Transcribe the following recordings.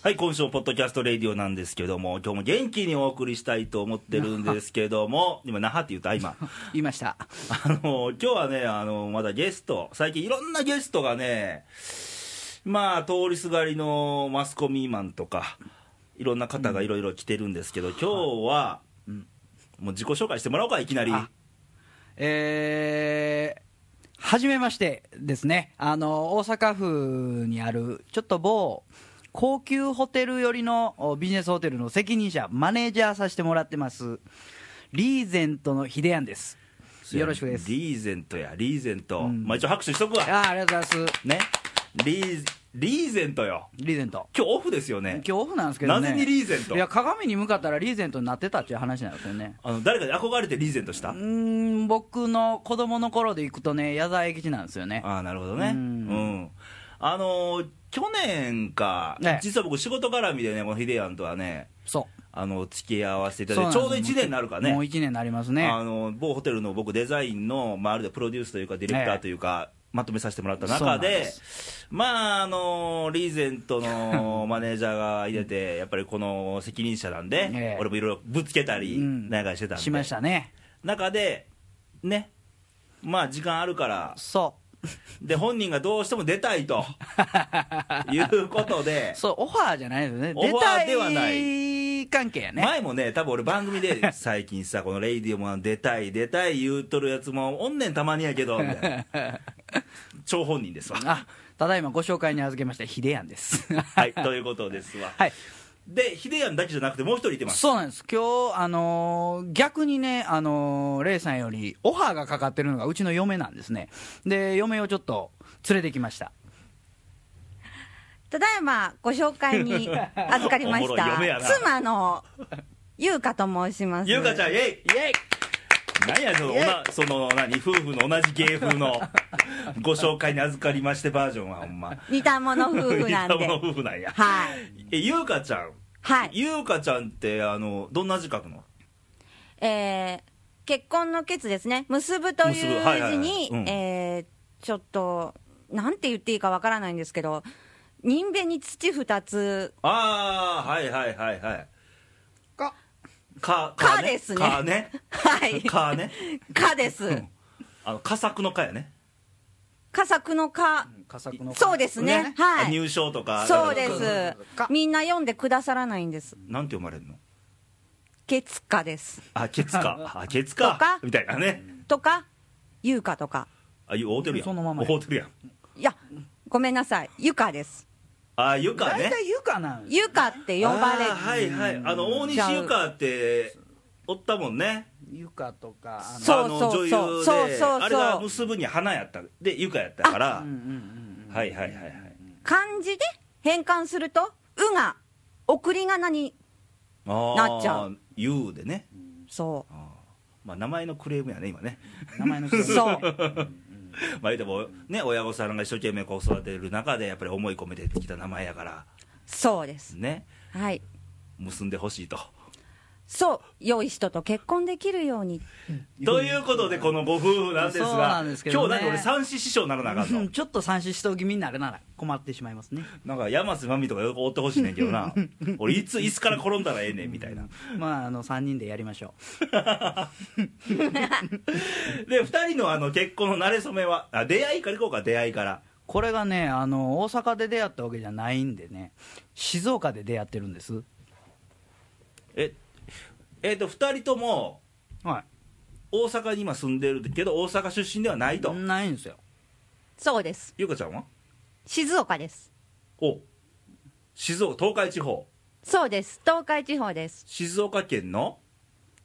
はい、今週のポッドキャストレディオなんですけども、今日も元気にお送りしたいと思ってるんですけど も、今、那覇って言った、今。 言いました。あの、今日はね、あの、まだゲスト、最近いろんなゲストがね、まあ、通りすがりのマスコミマンとか、いろんな方がいろいろ来てるんですけど、今日は、もう自己紹介してもらおうか、いきなり。あえーはじめましてですね、あの大阪府にある、ちょっと某高級ホテル寄りのおビジネスホテルの責任者、マネージャーさせてもらってます、リーゼントの秀庵です。よろしくです。リーゼントや、リーゼント。うんまあ、一応拍手しとくわ。あーありがとうございます。ね。リー、リーゼントよ。リーゼント。今日オフですよね今。日オフなんですけどね。なぜにリーゼントいや、鏡に向かったらリーゼントになってたっていう話なんですよね。あの、誰かに憧れてリーゼントしうたーん、僕の子供の頃で行くとね、矢沢永吉なんですよね。ああなるほどねううんん、あのー去年か、ね実は僕仕事絡みでねこのヒデヤンとはねそう。あの付き合わせていたそだないんてでちすょうど1年になるかねもう1年になりますね。あの某ホテルの僕デザインの、まあ、あるでプロデュースというかディレクターというか、まとめさせてもらったそうな中んででまああのリーゼントのマネージャーがいててやっぱりこの責任者なんで、ええ俺もいろいろぶつけたり、うんなんかしてたんでしましたね。中でねまあ時間あるからそで本人がどうしても出たいということでう。、そう、オファーじゃないですね。オファーではない出たい関係やね。前もね、多分俺、番組で最近さ、このレイディオも出たい、出たい言うとるやつも、おんねん、たまにやけど、みたいな超本人ですわ。あ、ただいまご紹介に預けました、ヒデヤンです。はい、ということですわ。はい。で、ヒデヤンだけじゃなくて、もう一人いてます。そうなんです。今日、あのー逆にね、あのーレイさんよりオファーがかかってるのがうちの嫁なんですね。で、嫁をちょっと連れてきました。ただいまご紹介 に預かりまおもしろいた嫁やな妻の優香と申しますゆうかちゃん、イェイイェイ何や、その、おイなその、何、夫婦の同じ芸風のご紹介に預かりましてバージョンは、ほんま。似た者夫婦な ん似でた者夫婦なんや。はいえ、ゆうかちゃん、はいゆうかちゃんって、あの、どんな字書くのえー、結婚の結ですね結ぶとい結ぶはいはいうは字いに、うんえーちょっとなんて言っていいかわからないんですけど人弁に土二つああはいはいはいはいかかかですねかねはいかねかでうすんあの佳作のかやね佳作のか佳作の。そうですねねあはい入賞とかそなうんかでかすみんな読んでくださらないんですなんて読まれるの月花ですあケツ かあケツかとかみたいなねとか優香とかあいう合うてるやんそのままや合うてるやんいやごめんなさいゆかですあゆか大ね体ゆかなんですゆかって呼ばれあーはいはいあの大西ゆかっておったもんねゆかとか、あのそうあの女優でそうそうそうそうあれが結ぶに花やったでゆかやったからうんうんうん。はいはいはいはい漢字で変換すると「う」が送り仮名にああなっちゃうゆうでねそあーまあ、名前のクレームやね、今ね、 名前のうそうまあ、でもね、親御さんが一生懸命こう育てる中で、やっぱり思い込めてきた名前やから、そうですね、はい結んでほしいと。そう良い人と結婚できるようにということで、このご夫婦なんですそうが、なんですけ今ど日ねなんで俺、三子師匠にならなあかんうのん、ちょっと三振しと気味になるなら困ってしまいますね。なんか、山瀬まみとかよく追ってほしいねんけどな、俺、いつ、椅子から転んだらええねんみたいな。まあ、あの、3人でやりましょで、二人のあの結婚の馴れ初めは、あ出会いからいこうか、出会いから。う。これがね、あの、大阪で出会ったわけじゃないんでね、静岡で出会ってるんです。え、えっ、と、二人とも、は大阪に今住んでるけど、大阪出身ではないとい。。ないんですよ。そうですゆうかちゃんは静岡ですお静岡東海地方そうです東海地方です静岡県の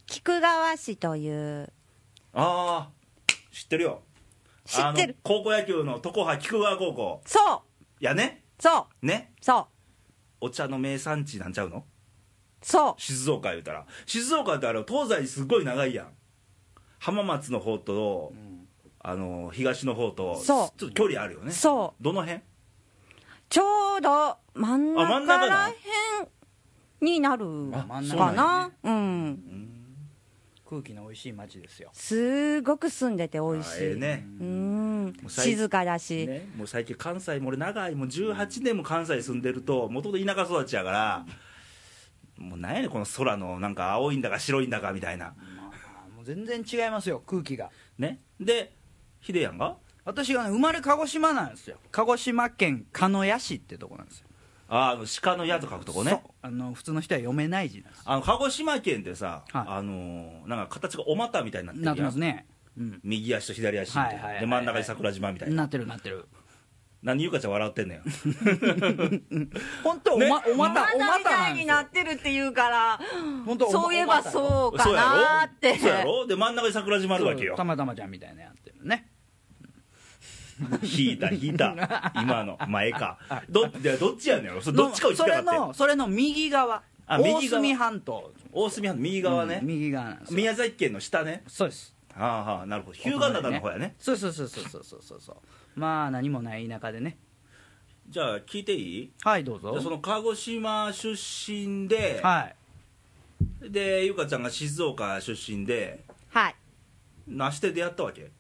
菊川市というああ知ってるよ知ってるあの高校野球の常葉菊川高校そうやねそうねそうお茶の名産地なんちゃうのそう静岡言うたら静岡ってあれ東西にすごい長いやん浜松の方と、あの東の方とそうちょっと距離あるよねそうどの辺ちょうど真んあ真ん中だ中らへんになるあ真ん中なかんやなねうん空気の美味しい街ですよ。すごく住んでて美味あしいええねうーんうんもう最静かだし、ね、もう最近関西も俺長いもう18年も関西住んでるともともと田舎育ちやからもうなんやねんこの空のなんか青いんだか白いんだかみたいなあもう全然違いますよ空気がねでヒデやんが私がね生まれ鹿児島なんですよ鹿児島県鹿屋市ってとこなんですよああの鹿の矢と書くとこそうねあの普通の人は読めない字なんですよあの鹿児島県ってさ、はいあのーなんか形がお股みたいになってるなってやまんすねうん右足と左足みたいな、はいはいはいはいで真ん中に桜島みたいな、なってるなってる何ゆかちゃん笑ってんのよ本当おま、おまたまおだまみたたないんですによなってるって言うから本当そういえばそうかそうやなーっろてそうやろで真ん中に桜島あるわけよたまたまちゃんみたいなやってるね引いた引い た今の前かどでどっちやねんよそれどっちかを言そってれなかっのそれの右側あ右側大隅半島た大隅半右側ねうん、右側なんですよ宮崎県の下ねそうですはあはあなるほど日向灘の方やねそうそうそうそうそうそうそうそうまあ何もない田舎でねじゃあ聞いていいはいどうじゃぞあその鹿児島出身で、はいでゆかちゃんが静岡出身で はいなして出会ったわけ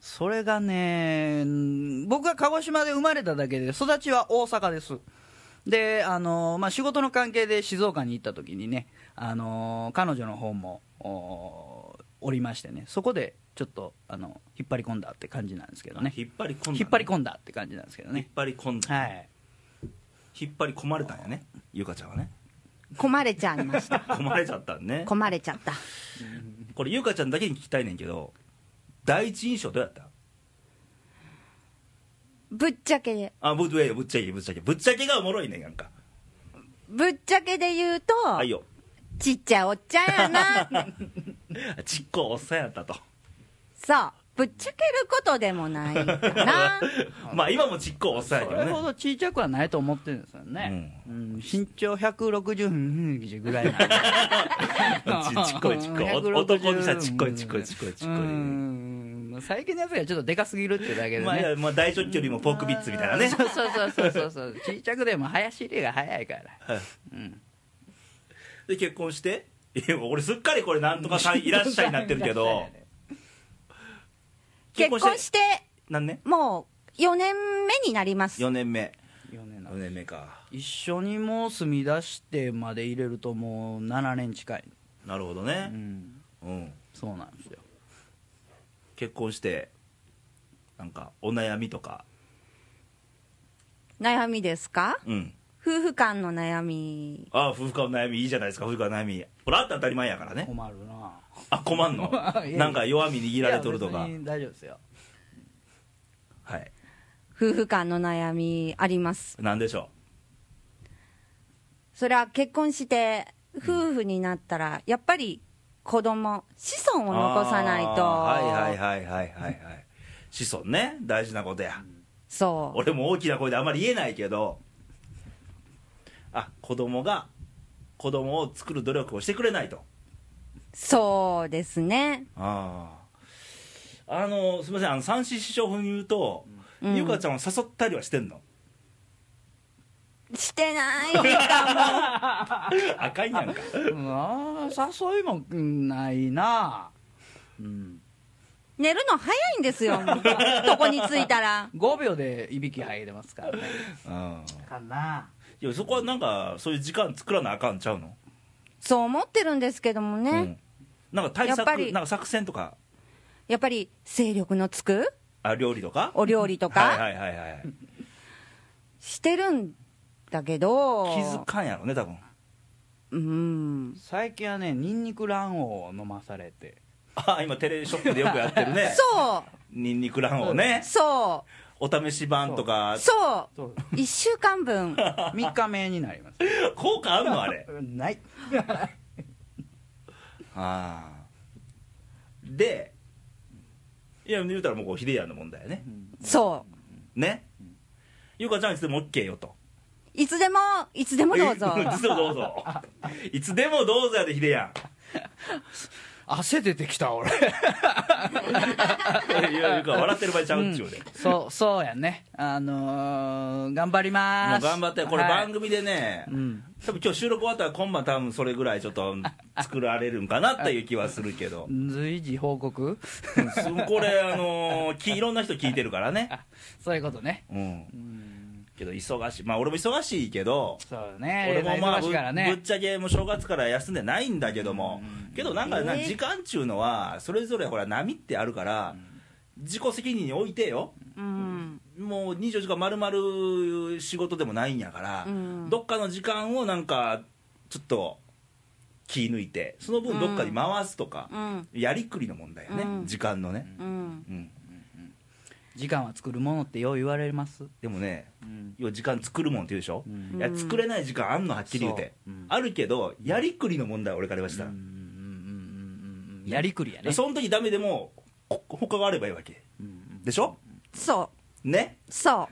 それがね僕は鹿児島で生まれただけで育ちは大阪ですであの、まあ、仕事の関係で静岡に行った時にねあの彼女の方もおおりましてねそこでちょっとあの引っ張り込んだって感じなんですけどね引っ張り込んだ、引っ張りん込んだって感じなんですけど引っね張り込んだ、はい引っ張り込まれたんやねゆかちゃんはね こまれちゃい ました込まれちゃったんねこまれちゃったこれゆかちゃんだけに聞きたいねんけど第一印象どうやったぶっちゃけであぶぶぶっちゃけぶっちゃけぶっちゃけがおもろいねんやんかぶっちゃけで言うと、あいよちっちゃいおっちゃん やなちっこおっさんやったとそうぶっちゃけることでもないか な まあ今もちっこおっさんやそけどれほねどちっちゃくはないと思ってるんですよね、うん身長160ぐらいなん でちちっこいちっこい160お男にしたらちっこいちっこいちっこいちっこういん最近のやつがちょっとでかすぎるっていうだけでね、まあいやまあ大直球よりもポークビッツみたいなねそうそうそうそうそうそうちっちゃくでも林入りが早いからで結婚していや俺すっかりこれなんとかさんいらっしゃいになってるけど結婚して何年もう4年目になります4年目4年な4年目か一緒にもう住み出してまで入れるともう7年近い、なるほどうねん、うんそうなんですよ結婚してなんかお悩みとか悩みですかうん夫婦間の悩みああ夫婦間の悩みいいじゃないですか夫婦間の悩みこれあったら当たり前やからね困るなあ困んのいやなんか弱み握られとるとかいや別に大丈夫ですよはい夫婦間の悩みありますなんでしょそれは結婚して夫婦になったらやっぱり子供子孫うを残さないとあーはいはいはいはいはいはい子孫ね大事なことやそう俺も大きな声であんまり言えないけどあ子供が子供を作る努力をしてくれないとそうですねあああのすみませんあの三子師匠風に言うと、うんゆかちゃんは誘ったりはしてん のし てない赤いやんかうんあー誘いもうんないなうん寝るの早いんですよ床に着いたら5秒でいびき入れますからねうんかないやそこはなんかそういう時間作らなあかんちゃうの、そう思ってるんですけどもね、うん、なんか対やっ策ぱりなんか作戦とかやっぱり精力のつくあ料理とかお料理とはいかはいはいはいしてるんだけど、気づかんやろね多分うん最近はねニンニク卵黄を飲まされてああ今テレショップでよくやってるね そニンニク卵黄ねうそお試し版とかうそ そうう1週 間分3日目になります効果あんのあれないああでいや言うたらもうこうヒデヤの問題やねそうねゆかちゃんいつでも OK よといつでもいつでもどうぞい つでもどうぞいつでもどうぞやでヒデヤン汗出てきた俺いやいうか笑ってる場合ちゃうんちゅうで、もそう、そうやね。あのー、頑張りまうす。頑張ってこれはい番組でね、うん。多分今日収録終わったら今晩多分それぐらいちょっと作られるんかなっていう気はするけど随時報告うんこれあのーきいろんな人聞いてるからねそういうことね。うんうん。けど忙しいまあ俺も忙しいけどそうね。俺もまあ忙しぶいからねぶっちゃけもう正月から休んでないんだけどもけどなんかなえー時間っちゅうのはそれぞれほら波ってあるから自己責任に置いてようんもう24時間丸々仕事でもないんやからうんどっかの時間をなんかちょっと気抜いてその分どっかに回すとかうんやりくりの問題よねうん時間のねうんうん時間は作るものってよう言われます。でもねうん。要は時間作るもんって言うでしょうんいや作れない時間あんのはっきり言うてそううんあるけどやりくりの問題は俺から言わしたらやりくりやね。その時ダメでもこ他があればいいわけうんでしょそねうそだか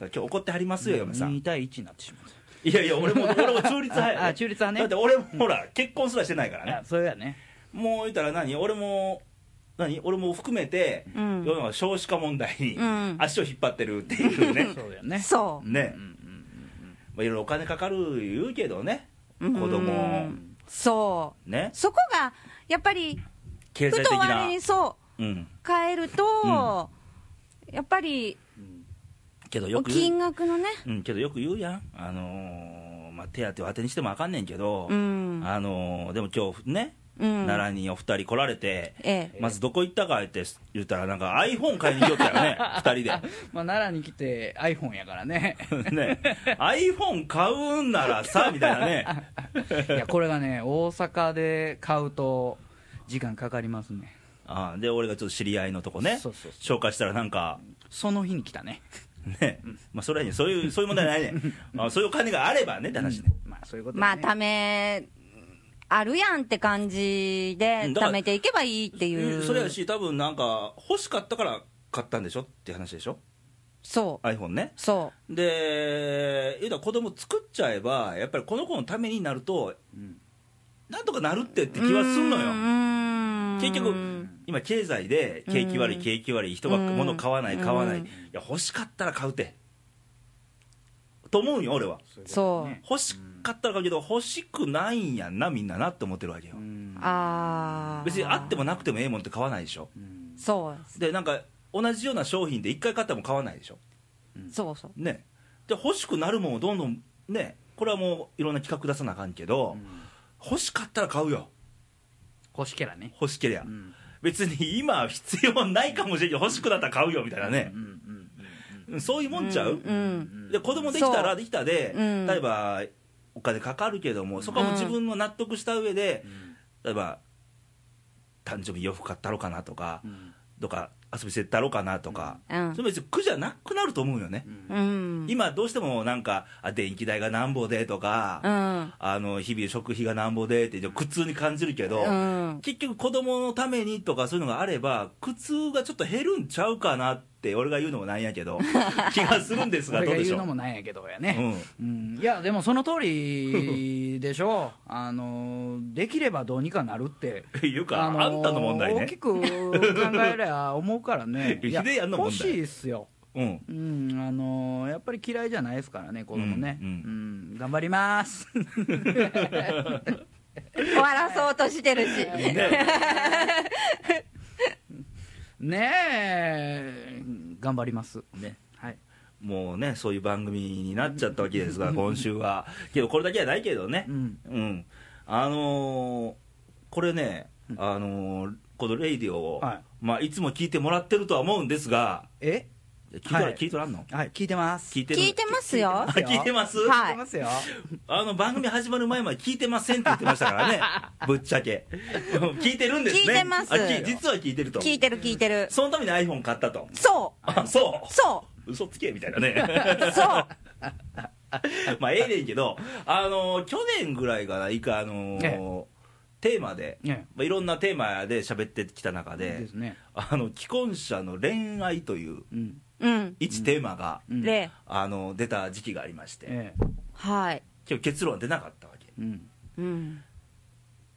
ら今日怒ってはりますよ嫁さん2対1になってしまう。いやいや俺も俺も中立派やあ、中立派だっねて。俺もほら結婚すらしてないからねあそうやね。もう言ったら何俺も何俺も含めてううん世の中少子化問題にうん足を引っ張ってるっていうねそうやね。そねうんうんまあいろいろお金かかる言うけどねううん子供そねうそこがやっぱり経済的ふとな我にそうんう変えるとやっぱりけどよおく言う金額のねうんけどよく言うやんあのーまあ手当を当てにしてもあかんねんけどうんあのーでも今日ね、うん奈良にお二人来られて、ええまずどこ行ったかって言ったら、なんか iPhone 買いに行きよったよ ね、二まあ、奈良に来て iPhone やからね。人で。ね、iPhone 買うんならさ、みたいな ね、いや、これがね、大阪で買うと、時間かかりますね。あで、俺がちょっと知り合いのとこね、そうそうそ紹介したら、なんか、その日に来たね。ね、まあ、それはねそういう、そういう問題ないね、まあ、そういうお金があればねって話ね。まあ、そういうことまあたためあるやんって感じでうんだか貯らめていけばいいっていうそれやし、多分なんか、欲しかったから買ったんでしょっていう話でしょ、そう iPhone ね。そで、言うたら子供作っちゃえば、やっぱりこの子のためになると、なんとかなるってってう気はすんのうよ。ーん結局、今、経済で景気悪い、うん景気悪い、人がうん物買わない、買わない、うんいや、欲しかったら買うて。と思うんよ、俺は。そう欲しかったら買うけど、欲しくないんやんな、みんななって思ってるわけよ。ああ別にあってもなくてもええもんって買わないでしょ。そうで、なんか、同じような商品で一回買ったらもう買わないでしょ。そうそうね。で、欲しくなるもんをどんどん、ね、これはもういろんな企画出さなあかんけど、欲しかったら買うよ。腰キャラね。欲しけりゃう。ん別に今必要ないかもしれんけど欲しくなったら買うよみたいなねう、んそういうもんちゃう、うんで子供できたそらうできたで、うん例えばお金かかるけどもそこはもう自分の納得した上で、例えば誕生日洋服買ったろかなとか、んどっか遊びせったろかなとか、うんそれ別に苦じゃなくなると思うよね、うん今どうしてもなんかあ電気代がなんぼでとか、うんあの日々食費がなんぼでって苦痛に感じるけど、うん結局子供のためにとかそういうのがあれば苦痛がちょっと減るんちゃうかなって俺が言うのもなんや けど気がするんですが俺どうがでしょ言うのうもなんやけどやね、うんいやでもその通りでしょう あのできればどうにかなるってうん、 いうか、あのんたの問題大きね、く考えりゃ思うか らね秀いややんの問題欲しいっすようん、うんあのやっぱり嫌いじゃないですからね子供ねうんううん頑張ります 終わらそうとしてるしねえ頑張りますねはいもうねそういう番組になっちゃったわけですが今週はけどこれだけはないけどねうんうん、あのーこれねあのーこの「レイディオを」はいまあ、いつも聞いてもらってるとは思うんですがえ聞いとら、はい聞いとらんのはい聞いてます聞いてる聞いてますよあ聞いてます、は聞いいてますよあの番組始まる前まで聞いてませんって言ってましたから ね、ぶっちゃけ。聞いてるんですね。聞いてますあき実は聞いてると。聞いてる聞いてるそのために iPhone 買ったと。そあ、そう。そう嘘つけみたいなね。 うそうまあ、ええねんけど、あのー去年ぐらいかな、いか、あのーえテーマで、ねまあ、いろんなテーマで喋ってきた中で、ですねあの、既婚者の恋愛といううんうん一テーマが、うんであの出た時期がありまして、ええはい今日結論は出なかったわけ。うんうん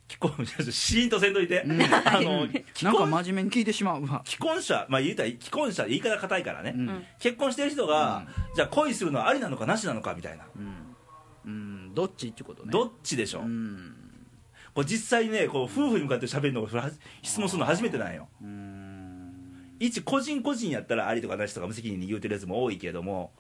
既婚者、シーンとせんといて、うんあの既 なんか婚真面目に聞いてしまうわ。既婚者、まあ、言うたら既婚者、言い方硬いからね、うんうん結婚してる人が、じゃあ恋するのはありなのかなしなのかみたいな、うんうん、どっちってことね。どっちでしょう、うんこれ実際ねこう夫婦に向かって喋るのが質問するの初めてなんようん一個人個人やったらありとかなしとか無責任に言うてるやつも多いけども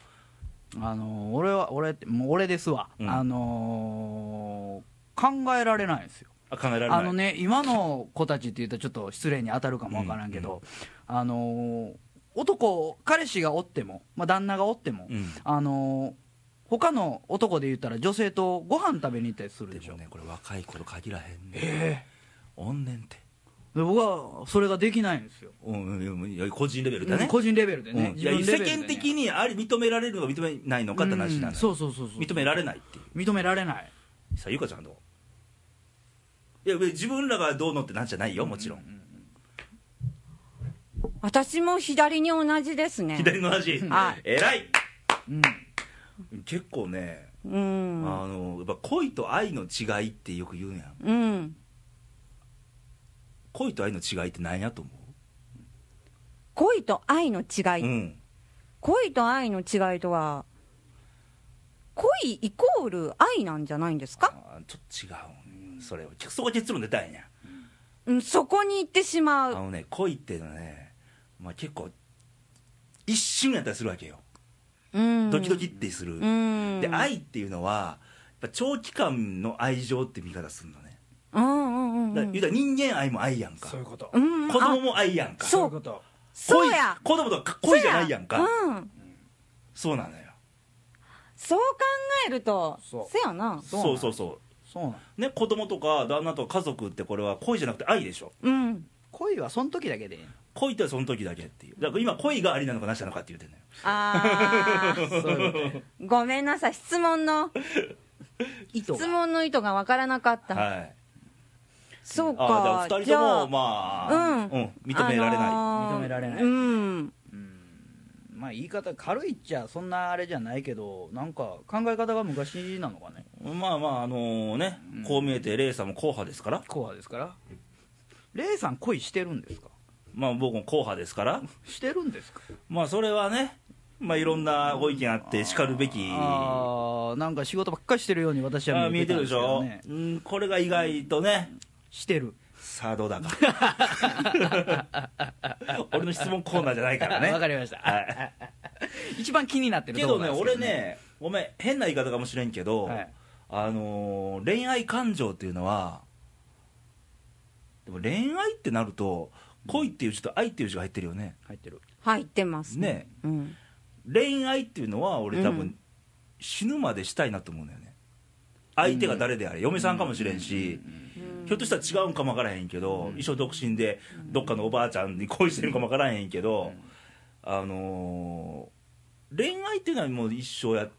あの俺は俺ってもう俺ですわ、うんあのー考えられないんですよあ考えられないあのね今の子たちって言うとちょっと失礼に当たるかもわからんけど、あのー男彼氏がおっても、まあ、旦那がおっても、うんあのー他の男で言ったら女性とご飯食べに行ったりするでしでょもねこれ若い頃限らへんねえ怨念って、えで僕はそれができないんですよ、うんうんいや個人レベルだね,、個人レベルでうんね、いや自世分レベルでね間的にあり認められるのか認めないのかって話なうんのよそうそうそうそう認められないってい認められないうさあゆかちゃんどういや自分らがどうのってなんじゃないよもちろん、私も左に同じですね。左の味はい偉いうん結構ねうん。あのやっぱ恋と愛の違いってよく言うやんうん。恋と愛の違いって何やと思恋と愛の違う、い。うん恋と愛の違いとは、恋イコール愛なんじゃないんですか、あーちょっと違う、それをそこ結論出たいんやうん、そこに行ってしまあう。のね恋っていうのはね、まあ、結構一瞬やったりするわけようん。ドキドキってする、うん。で愛っていうのはやっぱ長期間の愛情って見方するのねうんうんうんだうからん。言うたら人間愛も愛やんかそういうことうん。子供あも愛やんかそういうことそうや。恋子供とか恋じゃないやんかそううん。なのよそう考えると、そうせやな。そうそうそうそそうなんうね子供とか旦那とか家族ってこれは恋じゃなくて愛でしょうん。恋はその時だけで恋ってその時だけっていうだから今恋がありなのかなしなのかって言うてんのよあー。 そういうこと ねごめんなさい、質問の、意図質問の意図が分からなかった。はいそうあかあ。じゃあ2じ人とゃもあまあ、うん認められない、あのー認められないうん。まあ言い方軽いっちゃそんなあれじゃないけどなんか考え方が昔なのかねまあまああのね、うんこう見えてレイさんも硬派ですから後派ですからレイさん恋してるんですかまあ僕も硬派ですからしてるんですかまあそれはねまあいろんなご意見あって叱るべきあああなんか仕事ばっかりしてるように私はー見見ええててたんるでですしけどょ、ねうんこれが意外とねしてるさあどうだか 俺の質問コーナーじゃない からねわかりましたはい一番気になってるけとこどろねなんです俺ねごめん変な言い方かもしれんけど、はいあのー恋愛感情っていうのはでも恋愛ってなると恋っていう字と愛っていう字が入ってるよね入ってる入ってます。ねうん。恋愛っていうのは俺多分、うん死ぬまでしたいなと思うんだよね相手が誰であれ、嫁さんかもしれんし、ひょっとしたら違うんかもわからへんけど、一生独身でどっかのおばあちゃんに恋してるかもわからへんけど、あのー恋愛っていうのはもう一生や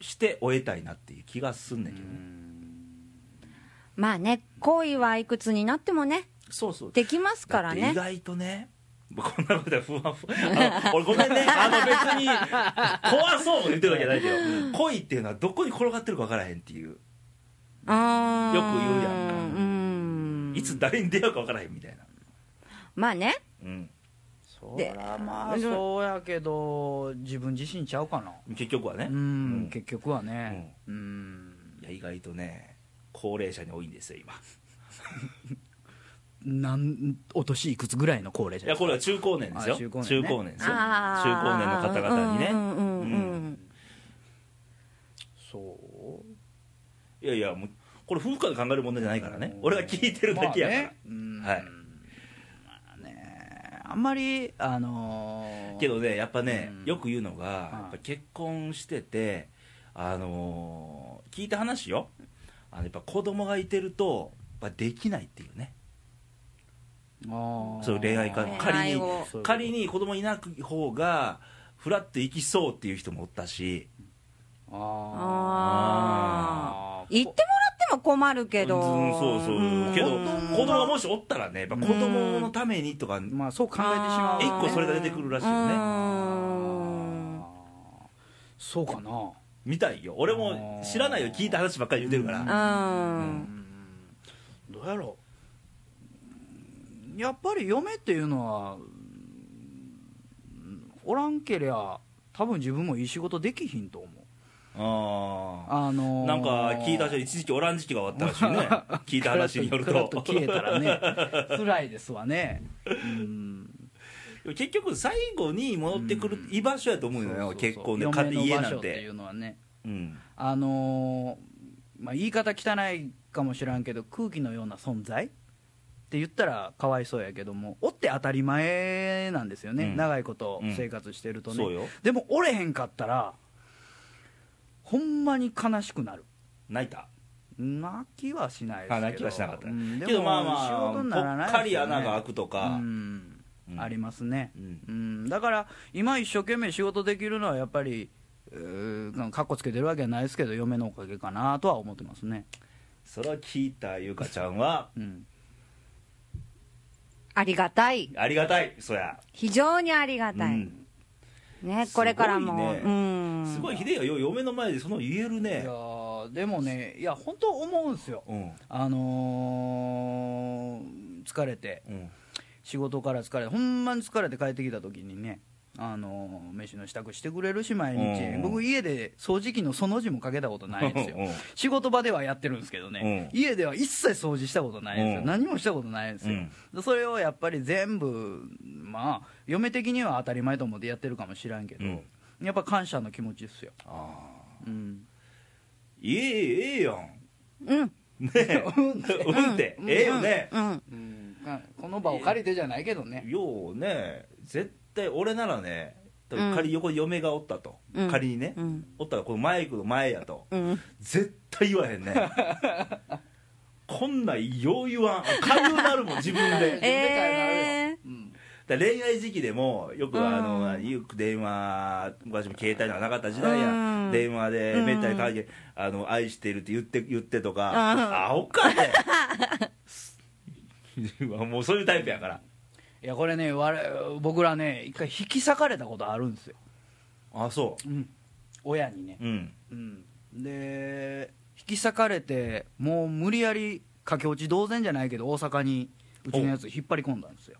して終えたいなっていう気がすんねんけどね、まあね、恋はいくつになってもね、そうそうできますかだっらてね意。外と ねこんなことでふわふわあの俺ごめん ねあの別に怖そうも言ってるわけじゃないけど恋っていうのはどこに転がってるか分からへんっていううーんよく言うやんうん。いつ誰に出会うか分からへんみたいなまあね、うんそでらまあでそうやけど自分自身ちゃうかな結局はねううんん結局はねうんいや意外とね高齢者に多いんですよ今なんお年いくつぐらいの高齢者いやこれは中高年ですよあ中高年ねですよあー中高年の方々にね、うんうんうんうんそういやいやもうこれ夫婦間で考える問題じゃないからね俺が聞いてるだけやから、まあねうんはいまあねあんまりあのーけどねやっぱね、うんよく言うのが、いやっぱ結婚しててあのー聞いた話よあのやっぱ子供がいてるとやっぱできないっていうねあーそういう恋愛恋観愛仮にをそういうこと仮に子供いなく方がフラッと行きそうっていう人もおったしああー言ってもらっても困るけど、うんそうそう、うんけど子供は子供がもしおったらねやっぱ子供のためにとか、ーまあそう考えてしまうね一個それが出てくるらしいよねうあんーそうかな見たいよ俺も知らないよ聞いた話ばっかり言ってるから、うんうやろやっぱり嫁っていうのはうんおらんけりゃ多分自分もいい仕事できひんと思ううああのあなーんか聞いた人一時期オランジ期が終わったらしいね聞いた話によるカラとッと 消えたらね辛いですわねうん結局最後に戻ってくる居場所やと思うのよ、そうそうそう結婚で嫁家庭の家場な所んっていてうのはねうんあのーまあ、言い方汚いかもしらんけど空気のような存在って言ったらかわいそうやけどもおって当たり前なんですよね、うん長いこと生活してるとね、そうよでも折れへんかったらほんまに悲しくなる泣いた泣きはしないですけどあ泣きはしなかったねうんでもけどまあま仕事にならなあぽいですよねっかり穴が開くとうか、んうんありますね、うんうん、だから今一生懸命仕事できるのはやっぱりうーかっこつけてるわけはないですけど嫁のおかげかなとは思ってますね、それを聞いたゆかちゃんはうん、ありがたい。ありがたいそや、非常にありがうたい。ん、ね、これからすも。ごいねうん。すごい秀よよ嫁の前でその言えるいねやーでもねいや本当思うんですようんあのー疲れてうん仕事から疲れてほんまに疲れて帰ってきた時にねあのー飯の支度してくれるし毎日、うん僕家で掃除機のその字もかけたことないんですようん仕事場ではやってるんですけどね、う家では一切掃除したことないんですよ、うん何もしたことないんですよ、でそれをやっぱり全部まあ嫁的には当たり前と思ってやってるかもしらんけど、うんやっぱ感謝の気持ちですよ、ああうん、いえええやんうん。ねえうんってええよねうん。あこの場を借りてじゃないけどね、ようね絶対俺ならねうん仮に横に嫁がおったと、うん仮にね、うん。おったらこのマイクの前やとうん。絶対言わへんねこんなんよう言わん軽くなるもん自分でええうんだから恋愛時期でもよくうんあの、よく電話昔も携帯なんかなかった時代や、うんん、電話でうんめったにかけ、あの愛してるって言って言ってとか、うんあおかね もうそういうタイプやからいやこれね我々僕らね一回引き裂かれたことあるんですよ、あそうん、親にねう、うんうん、で引き裂かれてもう無理やり駆け落ち同然じゃないけど大阪にうちのやつ引っ張り込んだんですよ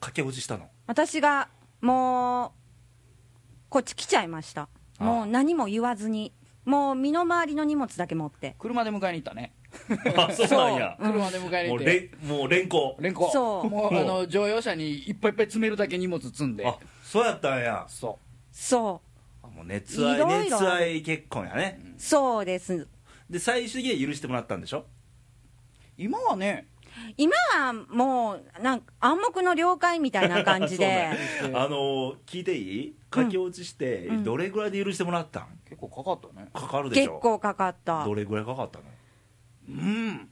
駆け落ちしたの私が、もう、こっち来ちゃいました。あもう何も言わずに。もう身の回りの荷物だけ持って。車で迎えに行ったね あそうなんやうん車で迎えにも行うって、れんもう連行連行そうもうもうあの乗用車にいっぱいいっぱい詰めるだけ荷物積んであそうやったんやそそあもう熱愛いろいろ熱愛結婚やね、う。そうです。で最終的には許してもらったんでしょう今はね今はもう、なんか暗黙の了解みたいな感 そじうでなん。やあの聞いていい駆け落ちしてうんどれぐらいで許してもらったん結構かかったねかかるでし結ょ構かかったど。れぐらいかかったのうん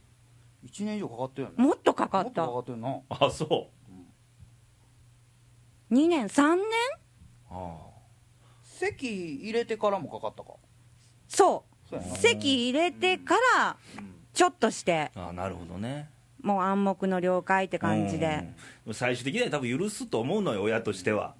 1年以上かかったよねもっとかかもっっとたか。かったよなあそう2年、3年あ席入れてからもかかったかそそうやなう。席入れてから、ちょっとして、ああなるほどねもう暗黙の了解って感じうんで。もう最終的には多分許すと思うのよ親としては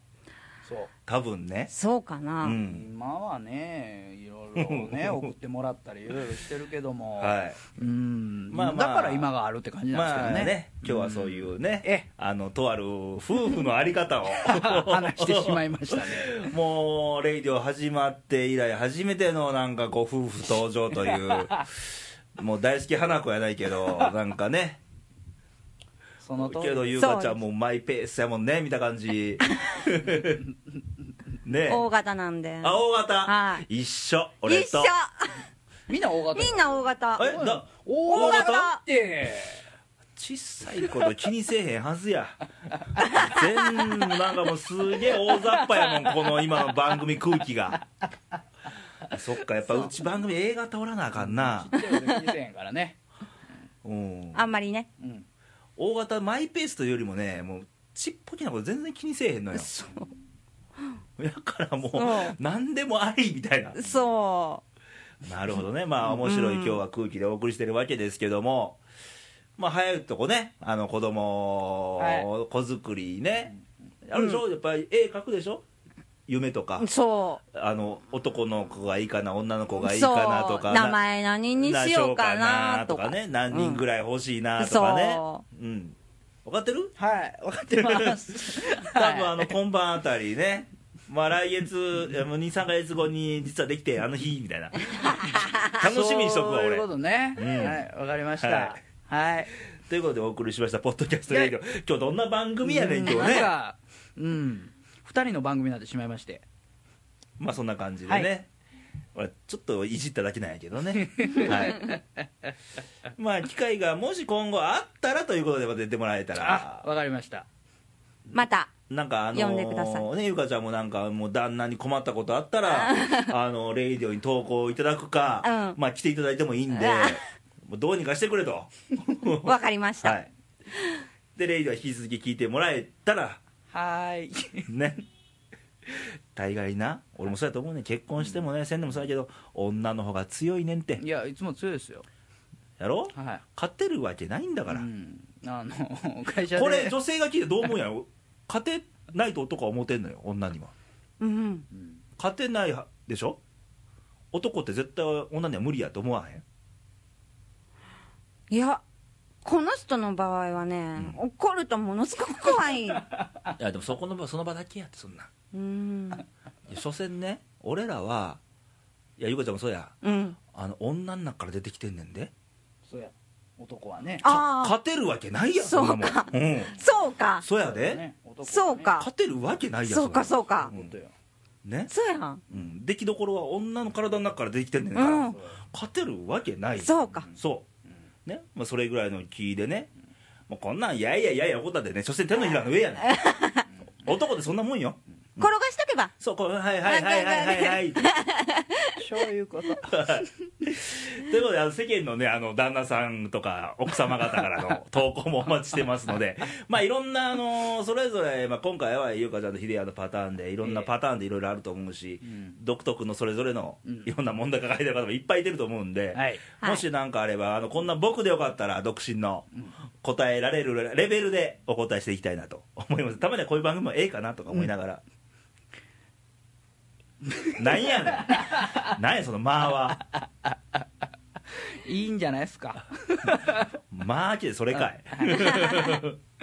そう多分ねそうかうな。ん今はねいろいろね 送ってもらったりいろいろしてるけども、はいうん、まあまあだから今があるって感じなんですけまどあね,、ね今日はそういうね、ええあのとある夫婦のあり 方を話してしまいましたね もう、レイディオ始まって以来、初めてのなんかご夫婦登場と いう、もう大好き花子やないけど、なんかね、その通りけど、です優香ちゃんもうマイペースやもんね、見た感 じ。ねえ。大型なんで。あ、大型、はい一緒、俺一緒と。みんな大型みんな大型。え、だ、大大型型って小さいこと気にせえへんはずや。全部なんかもうすげえ大雑把やもん、この今の番組空気が。そっか、やっぱうち番組 A 型おらなあかんな。ちっちゃいこと気にせえへんからね、うん。あんまりね。うん、大型マイペースというよりもねもうちっぽけなこと全然気にせえへんのよそう。だからもうそう何でもありみたいなそなるほどねまあ面白い今日は空気でお送りしてるわけですけども、まあ早いとこねあの子供、は子作りねあるでしょ、やっぱり絵描くでしょ夢とか、そあの男の子がいいかな、女の子うがいいかなとそか、う名前何にしようかなととかかね、何人ぐらい欲しいなとかね、そうん、分かってるはい、分かってます。 多分あはのい今晩あたりね、まあ、来月、いやもう2、3か月後に実はできて、あの日みたい な、楽しみにしとくわ、そうい俺。うことね。うんはい、わかりましはた。はい。ということでお送りしました、ポッドキャストレディオ、今日どんな番組やねん、今日なんね、かうん、二人の番組になってしまいまして。 まあそんな感じでね、俺ちょっといじっただけなんやけど ね、はい、まあ機会がもし今後あったらということで、また出てもらえたあら、わかりました。またなんかあの呼んでくださいね、ゆかちゃんもなんか、もう旦那に困ったことあったら、 あのレイディオに投稿いただくか、うんまあ来ていただいてもいいんでうわ、もうどうにかしてくれと。わかりました、 はい、で、レイディオは引き続き聞いてもらえたら、はーい。ね大概な俺もそうやと思うね結婚してもねせんでもそうやけど女の方が強いねんていや、いつも強いですよ。やろはい。勝てるわけないんだから、うんあの、 会社で。これ女性が聞いてどう思うんやろ勝てないと男は思ってんのよ女にはうんうん勝てないはでしょ男って絶対女には無理やと思わへんいやこの人の場合はね、怒るとものすごく怖 いういやでもそこの場その場だけやってそんなんいや所詮ね俺らはいやゆかちゃんもそうやうんあの女の中から出てきてんねんでそうや。男はね。かあー勝てるわけないやんそんなもんそうかうん、そうかそうやで、ね男はねそうか勝てるわけないやんそうかんなそうかそういうことよ。ね、そうやんうん、出来どころは女の体の中からできてんねんから、うん勝てるわけないそうかそうね、まあ、それぐらいの気でね、もうこんなんやいやいやいや怒ったでね所詮手のひらの上やね ん男でそんなもんよ転がしとけばそうこうはいはいはいはいはいはいそういうこと。ということであの世間のねあの旦那さんとか奥様方から の投稿もお待ちしてますのでまあいろんなあのそれぞれ、まあ、今回は優香ちゃんと秀也のパターンでいろんなパターンでいろいろあると思うし、うん独特のそれぞれのうんいろんな問題抱えてる方もいっぱいいてると思うんで、はい。はいもし何かあればあのこんな僕でよかったら独身の答えられるレベルでお答えしていきたいなと 思いますたまにはこういう番組もええかなとか思いなが ら、なんやねんなんやその間はいいんじゃないですか。間あきでそれかい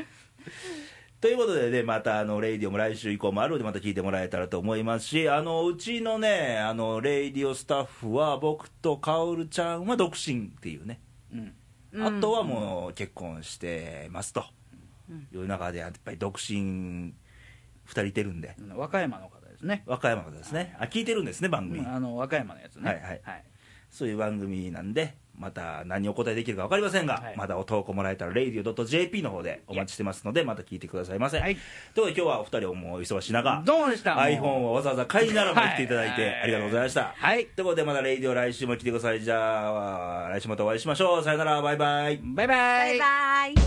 ということでね、また、あの、レイディオも来週以降もあるので、また聞いてもらえたらと思いますし、あの、うちのね、あの、レイディオスタッフは、僕とカオルちゃんは独身っていうね、うん。あとはもう結婚してますと、いう中で、やっぱり独身2人いてるんで、和歌山の方ですね。和歌山の方ですね、あ、聞いてるんですね、番組、あの、和歌山のやつね。はいはいそういう番組なんで、また何お答えできるか分かりませんが、はいまだお投稿もらえたら、radio.jp の方でお待ちしてますので、また聞いてくださいませ。はいということで、今日はお二人をもう忙しい中、どうもでした。 iPhone をわざわざ買いならばはい行っていただいて、ありがとうございました。はいということで、またレイディオ来週も来てください。じゃあ、来週またお会いしましょう。さよなら、バイバイ。バイバイ。バイバイ